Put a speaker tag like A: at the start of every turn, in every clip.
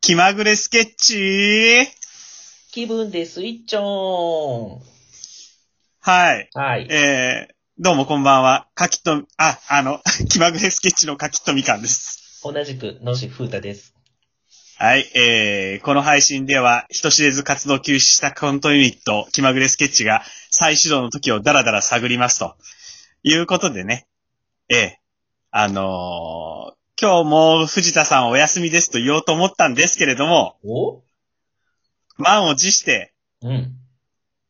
A: 気まぐれスケッチ
B: 気分でスイッチョン。
A: はい。
B: はい。
A: えー、どうもこんばんは。かきと、あ、あの、 気まぐれスケッチのかきとみかんです。
B: 同じく、野志風太です。
A: はい。えー、この配信では、人知れず活動休止したコントユニット、気まぐれスケッチが再始動の時をダラダラ探りますと。いうことでね。ええあのー今日も藤田さんお休みですと言おうと思ったんですけれども、
B: お
A: 満を持して、
B: うん。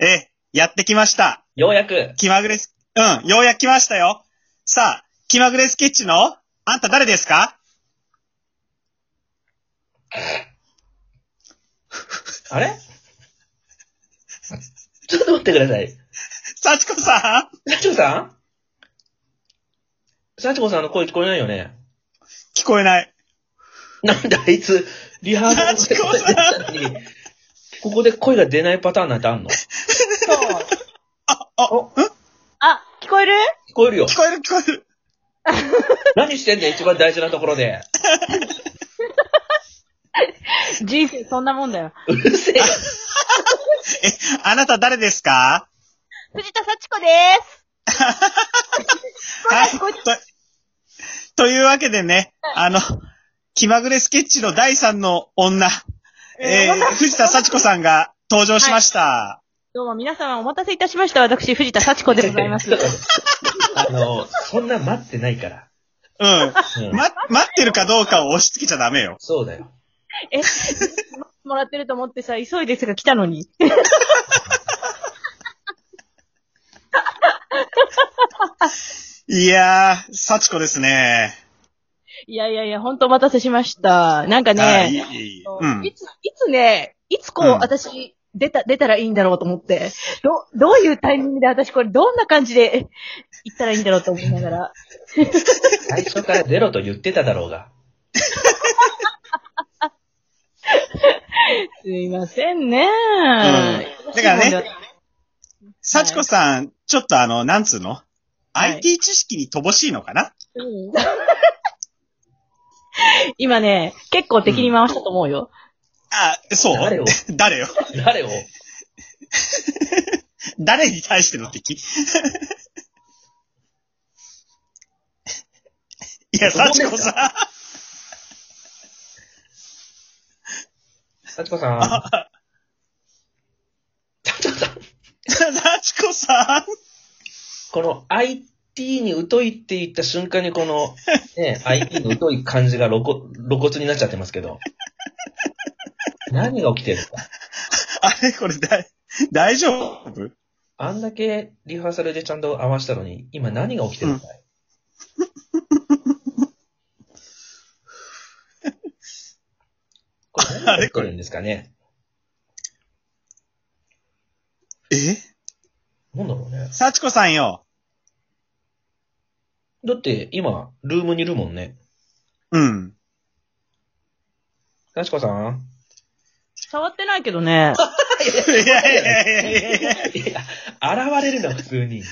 A: ええやってきました。
B: ようやく、
A: 気まぐれす、うん、ようやく来ましたよ。さあ、気まぐれスケッチの、あんた誰ですか
B: あれ ちょっと待ってください。
A: 幸子さん
B: 社長さん社長さんの声聞こえないよね。
A: 聞こえない。
B: なんであいつ、リハーサル
A: 幸子さん
B: の時に ここで声が出ないパターンなんてあんの聞
C: そう。
A: あ、あ、
B: お
A: うん
C: あ、聞こえる
B: こえるよ。
A: 聞こえる聞こえる。
B: 何してんねん、一番大事なところで。
C: 人生そんなもんだよ。
B: うるせえ。
A: え、あなた誰ですか
C: 藤田幸子です。
A: はい
C: 聞こえて。
A: というわけでね、あの、気まぐれスケッチの第3の女、え
C: えー
A: ー、藤田幸子さんが登場しました。
C: どうも皆様お待たせいたしました。私、藤田幸子でございます。
B: ちょっと待って あの、そんな待ってないから。
A: う
B: う
A: んん。ま、待ってるかどうかを押し付けちゃダメよ。
B: そうだよ。
C: え、もらってると思ってさ、急いですが来たのに。
A: いやー、幸子ですね。
C: いやいやいや、ほんとお待たせしました。なんか
A: あい
C: ね、
A: いいい
C: あ
A: う
C: の
A: ん。
C: いつ、いつね、いつこう、
A: うん
C: 私、出た、出たらいいんだろうと思って、ど、どういうタイミングで私これどんな感じで行ったらいいんだろうと思いながら。
B: 最初から出ろと言ってただろうが。
C: すいません
A: だ
C: ね、
A: からね幸子さん、ちょっとあの、なんつうの、
C: はい
A: ?IT 知識に乏しいのかな
C: うん 今ね、結構敵に回したと思うよ。
A: あ、そう
B: 誰を
A: 誰よ
B: 誰を
A: 誰に対しての敵いや、幸子さ
B: 幸子さん。 幸
A: ん、幸子
B: 子さん、
A: さ
B: この IT に疎いって言った瞬間にこの、ね、IT に疎い感じが露骨露骨になっちゃってますけど。何が起きてるのか。
A: ん、あれこれだい、大丈夫
B: あんだけリハーサルでちゃんと合わせたのに、今何が起きてるのかい、 これ何が起きてるんですかね
A: え
B: なんだろうね。
A: 幸子さんよ。
B: だって今、ルームにいるもんね。
A: うん。
B: なしこさん
C: 触ってないけどね。
A: いやいやいやいや
B: いや、現れるな、普通に。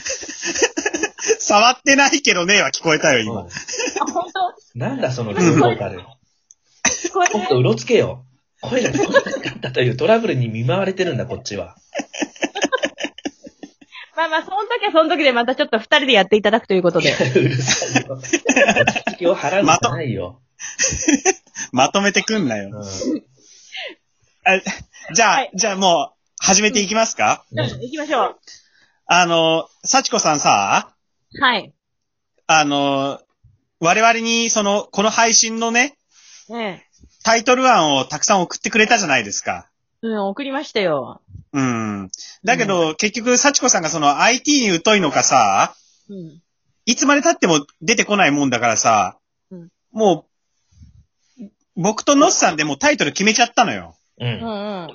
A: 触ってないけどねは聞こえたよ、今。
C: あ、本当
B: なんだ、そのルームボーカル。
C: 聞こえ
B: もっと
C: て
B: うろつけよ。声が聞こえなかったというトラブルに見舞われてるんだ、こっちは。
C: まあまあ、その時はその時でまたちょっと二人でやっていただくということ
B: いや
C: で。
B: うるさいよ。引きを払うんじゃないよ。
A: まとめてくんな
B: う
A: よ。
B: ん
A: じゃあ、
C: はい
A: じゃあもう、始めていきますか、
C: うん行きましょう。
A: あの、幸子さんさ、
C: はい。
A: あの、我々に、その、この配信のね、
C: ね
A: タイトル案をたくさん送ってくれたじゃないですか。
C: えうん、送りましたよ。
A: うん。だけど、結局、幸子さんがその IT に疎いのかさ、
C: うん。
A: いつまで経っても出てこないもんだからさ、
C: うん
A: もう、僕とノッさんでもうタイトル決めちゃったのよ。
B: う
C: う
B: ん。
C: んうん。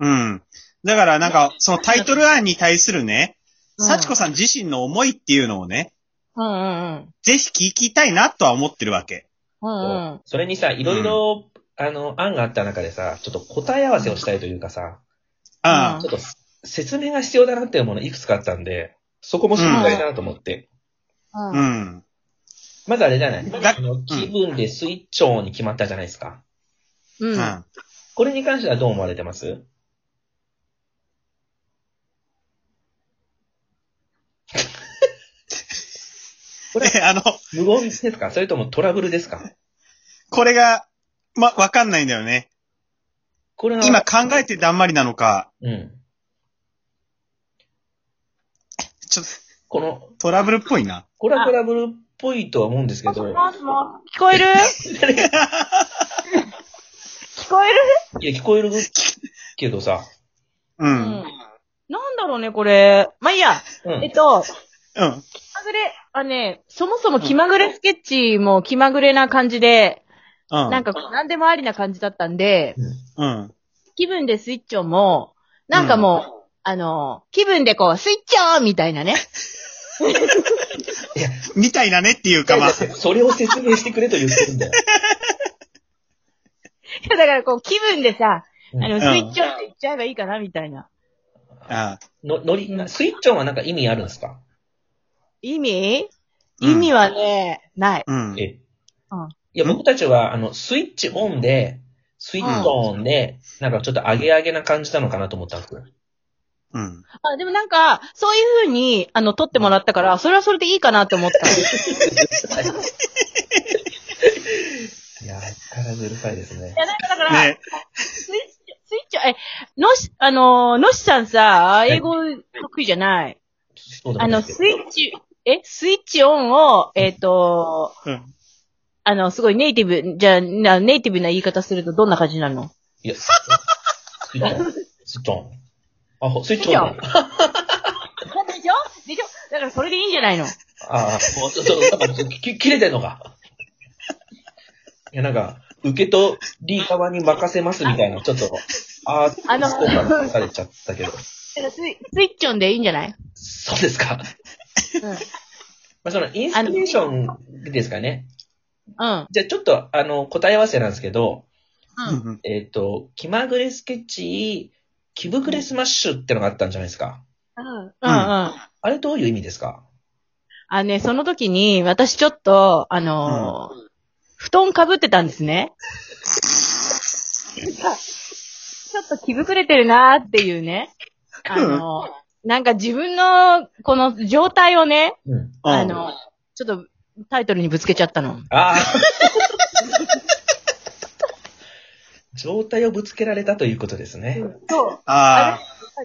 A: うん。だから、なんか、そのタイトル案に対するね、
C: うん
A: 幸子さん自身の思いっていうのをね、
C: うんうんうん。
A: ぜひ聞きたいなとは思ってるわけ。
C: うんうん。
B: それにさ、いろいろ、あの、案があった中でさ、ちょっと答え合わせをしたいというかさ、
A: うん。
C: うん
B: ちょっと説明が必要だなっていうものいくつかあったんで、そこも知りたいなと思って。
C: う。
A: うんん。
B: まずあれじゃない
A: だ
B: あの気分でスイッチオンに決まったじゃないですか。
C: う。
A: うんん。
B: これに関してはどう思われてます
A: え、あの、
B: 無言ですかそれともトラブルですか
A: これが、ま、わかんないんだよね。
B: これは
A: 今考えてだんまりなのか、
B: うん。
A: ちょっと
B: この、
A: トラブルっぽいな。
B: これはトラブルっぽいとは思うんですけど、
C: もしもし聞こ える聞こえる
B: いや、聞こえるけどさ、
A: う。。
C: うんなんだろうね、これ。まあ、いいや。
B: う
C: えっ
B: ん。
C: と、
A: うん。
C: 気まぐれ、あね、そもそも気まぐれスケッチも気まぐれな感じで、
A: うん。
C: なんかこう何でもありな感じだったんで、
A: うん。
C: 気分でスイッチをも、なんかもう、あの、気分でこう、スイッチオンみたいなね。
A: みたいなねっていうか、まあ、
B: それを説明してくれと言ってる んだよ。
C: いやだからこう、気分でさ、あ
B: う
C: の、
B: ん
C: スイッチオンって言っちゃえばいいかな、みたいな。
A: あ
B: の、のり、スイッチオンはなんか意味あるんですか
C: 意味
A: うん
C: 意味はね、ない。
A: うん。
B: え
C: うん。
B: いや、僕たちは、あの、スイッチオンで、スイッチオンで、なんかちょっと上げ上げな感じなのかなと思ったんですけど。
A: うん。
C: あ、でもなんか、そういう風に、あの、撮ってもらったから、それはそれでいいかなっ て思った。い
B: いや、相変わらずうるさいですね。
C: や、なんかだから、
A: ね。
C: スイッチ、スイッチ、え、のし、あのー、のしさんさ、英語得意じゃない。
B: そうだ
C: あの、
B: ね。
C: スイッチ、え、スイッチオンを、えっ、と、
A: うん。
C: あの、すごいネイティブ、じゃあな、ネイティブな言い方するとどんな感じになるの
B: いや、スイッチオン。スイッチオン。あ、ほスイッチオン。あ
C: でしょでしょだからそれでいいんじゃないの
B: あ、もうちょっと、なんか、き切れてんのか。いや、なんか、受け取り側に任せますみたいな、ちょっと、ああ、
C: あの
B: そうかな、されちゃったけど。
C: だからスイスイッチオンでいいんじゃない
B: そうですか。
C: うん。うん。
B: まあ、その、インスピレーションですかね。
C: うん。
B: じゃあ、ちょっと、あの、答え合わせなんですけど、
A: うん。
B: えっ、と、気まぐれスケッチ、気ぶくれスマッシュってのがあったんじゃないですか。
C: うん。うん。あ
B: あれどういう意味ですか
C: のね、その時に、私ちょっと、あのー布団かぶってたんですね。ちょっと気ぶくれてるなーっていうね。あのーなんか自分の、この状態をね、
B: うん。
C: あの、ちょっとタイトルにぶつけちゃったの。
B: ああ。 状態をぶつけられたということですね。
C: そう。
A: あ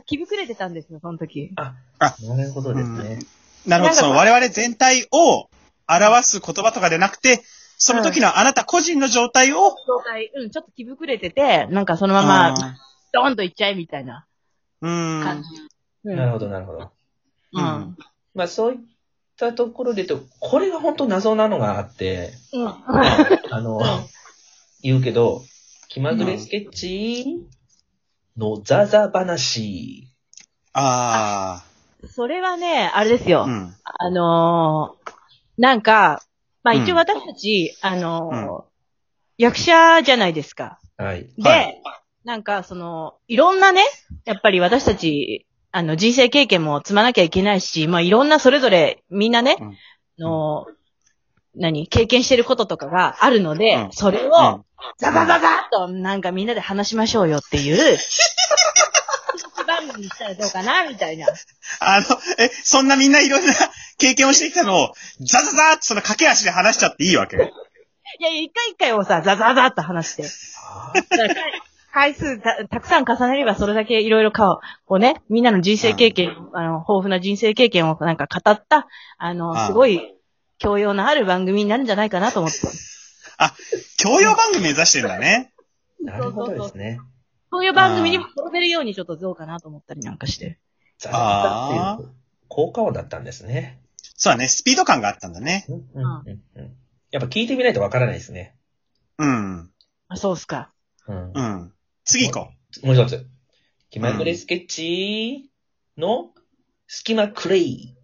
C: 気ぶくれてたんですよ、その時。
B: あ
A: あ、
B: なるほどですね。
A: あ、なるほど。
C: なんか
A: その我々全体を表す言葉とかでなくて、その時のあなた個人の状態を、
C: 状態、うん、ちょっと気ぶくれてて、なんかそのまま、
A: あ
C: ドーンといっちゃえみたいな
A: ーうん。
C: 感じ。うん
B: なるほど、なるほど。
C: う
A: うんん。
B: まあ、そういったところで言うと、これが本当謎なのがあって、
C: うん。
B: あの
C: うん、
B: 言うけど、気まぐれスケッチのザザ話。
A: あ
C: それはね、あれですよ。
A: あ。うん。
C: あのー、なんか、まあ
A: うん
C: 一応私たち、あのー役者じゃないですか。
B: はい。
C: で、
A: はい
C: なんかその、いろんなね、やっぱり私たち、あの、人生経験も積まなきゃいけないし、まあいろんなそれぞれみんなね、
A: うん
C: の、何、経験してることとかがあるので、
A: うん
C: それ
A: う
C: を、
A: ん
C: ザバババッと、なんかみんなで話しましょうよっていう、 番組にしたらどうかな、みたいな。
A: あの、え、そんなみんないろんな経験をしてきたのを、ザザザーってその駆け足で話しちゃっていいわけ。
C: いやいや、一回一回をさ、ザザザッと話して。
B: あ
C: だから回 回数たたくさん重ねればそれだけいろいろか、こうね、みんなの人生経験、あの、豊富な人生経験をなんか語った、あの、
A: うん
C: すごい、教養のある番組になるんじゃないかなと思って。
A: 教養番組目指してんだね。
B: ーなるほどですね。
C: そういう番組にも転べるようにちょっとどうかなと思ったりなんかして。
B: ザザザっていう効果音だったんですね。
A: そうだね、スピード感があったんだね。
B: うんうんうんうんやっぱ聞いてみないとわからないですね。
A: うん。
C: あ、そうっすか。
B: うん
A: うん。次行こ
B: もう一つ。気まぐれスケッチの隙間クレイ。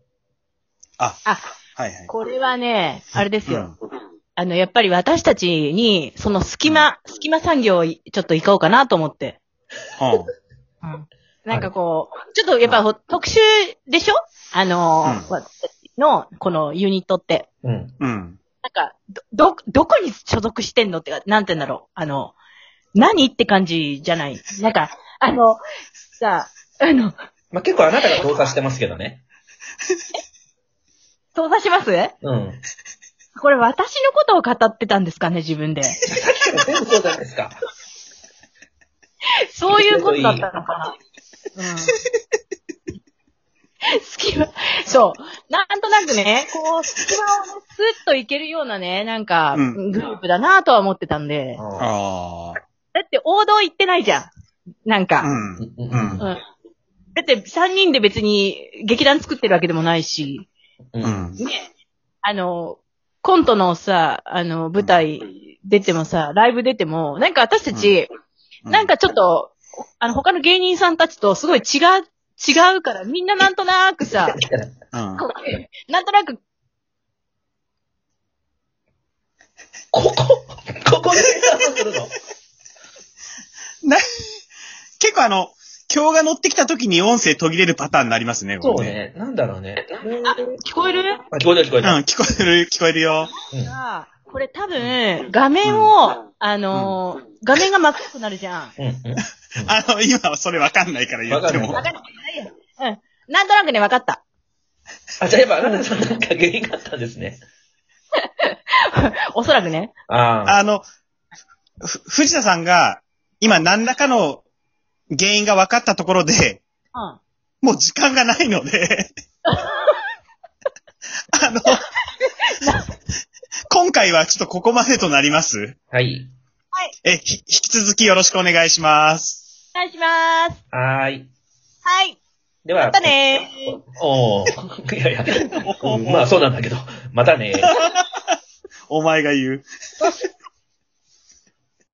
A: う。はいはい。
C: これはね、あれですよ。
A: うん
C: あの、やっぱり私たちに、その隙間、隙間産業をいちょっと行こうかなと思って。
A: うん。
C: なんかこう、ちょっとやっぱほ特殊でしょあの
A: う
C: ー、
A: ん
C: 私たちの、このユニットって。
B: うん。
A: うん。
C: なんか、ど、ど、どこに所属してんのってか、なんて言うんだろう。あの、何って感じじゃない。なんか、あの、さ、あの、
B: まあ、結構あなたが操作してますけどね。
C: 操作します
B: うん。
C: これ私のことを語ってたんですかね、自分で。
B: さっきから全部そうじゃないですか。
C: そういうことだったのかな。うん。隙間、そう。なんとなくね、こう、隙間をスッといけるようなね、なんか、
A: うん
C: グループだなとは思ってたんで。
B: う
A: あ
C: だって王道行ってないじゃん。なん
A: あ。う
C: か。
A: ん。
B: ん。う
C: うん
B: ん。
C: だって3人で別に劇団作ってるわけでもないし、
A: う
B: う。
A: んん。
C: あの、コントのさ、あの、舞台出てもさ、ライブ出ても、なんか私たち、なん、かちょっと、あの、他の芸人さんたちとすごい違う、違うから、みんななんとなく さ、
A: うん。
C: こうなんとなく、
B: ここ、ここで操作するの
A: な、結構あの、今日が乗ってきた時に音声途切れるパターンになりますね、
B: そう
A: これ。
B: ね。なんだろうね。
C: 聞こえる
B: あ、聞こえた聞こえ
A: うん
B: た。、
A: 聞こえる、聞こえるよ。
B: う
C: これ多分、画面を、あのー、画面が真っ黒くなるじゃ
B: ん。
C: ん。
B: うん。
A: あの、今はそれわかんないから言っても。
B: わ
C: わかんないよ。うん。なんとなくね、わかった。
B: あ、じゃあやっぱあなたさんなんか原因があったんですね。
C: おそらくね。
B: ああ。
A: あの、ふ藤田さんが、今何らかの原因が分かったところで、
C: うん。
A: もう時間がないので、あの、今回はちょっとここまでとなります。
B: はい。
A: え、ひ引き続きよろしくお願いします。
C: お願いします。
B: はーい。
C: はい。
B: では。
C: またねー。
B: おお。いやい や。うんまあそうなんだけど。またねー。
A: お前が言う。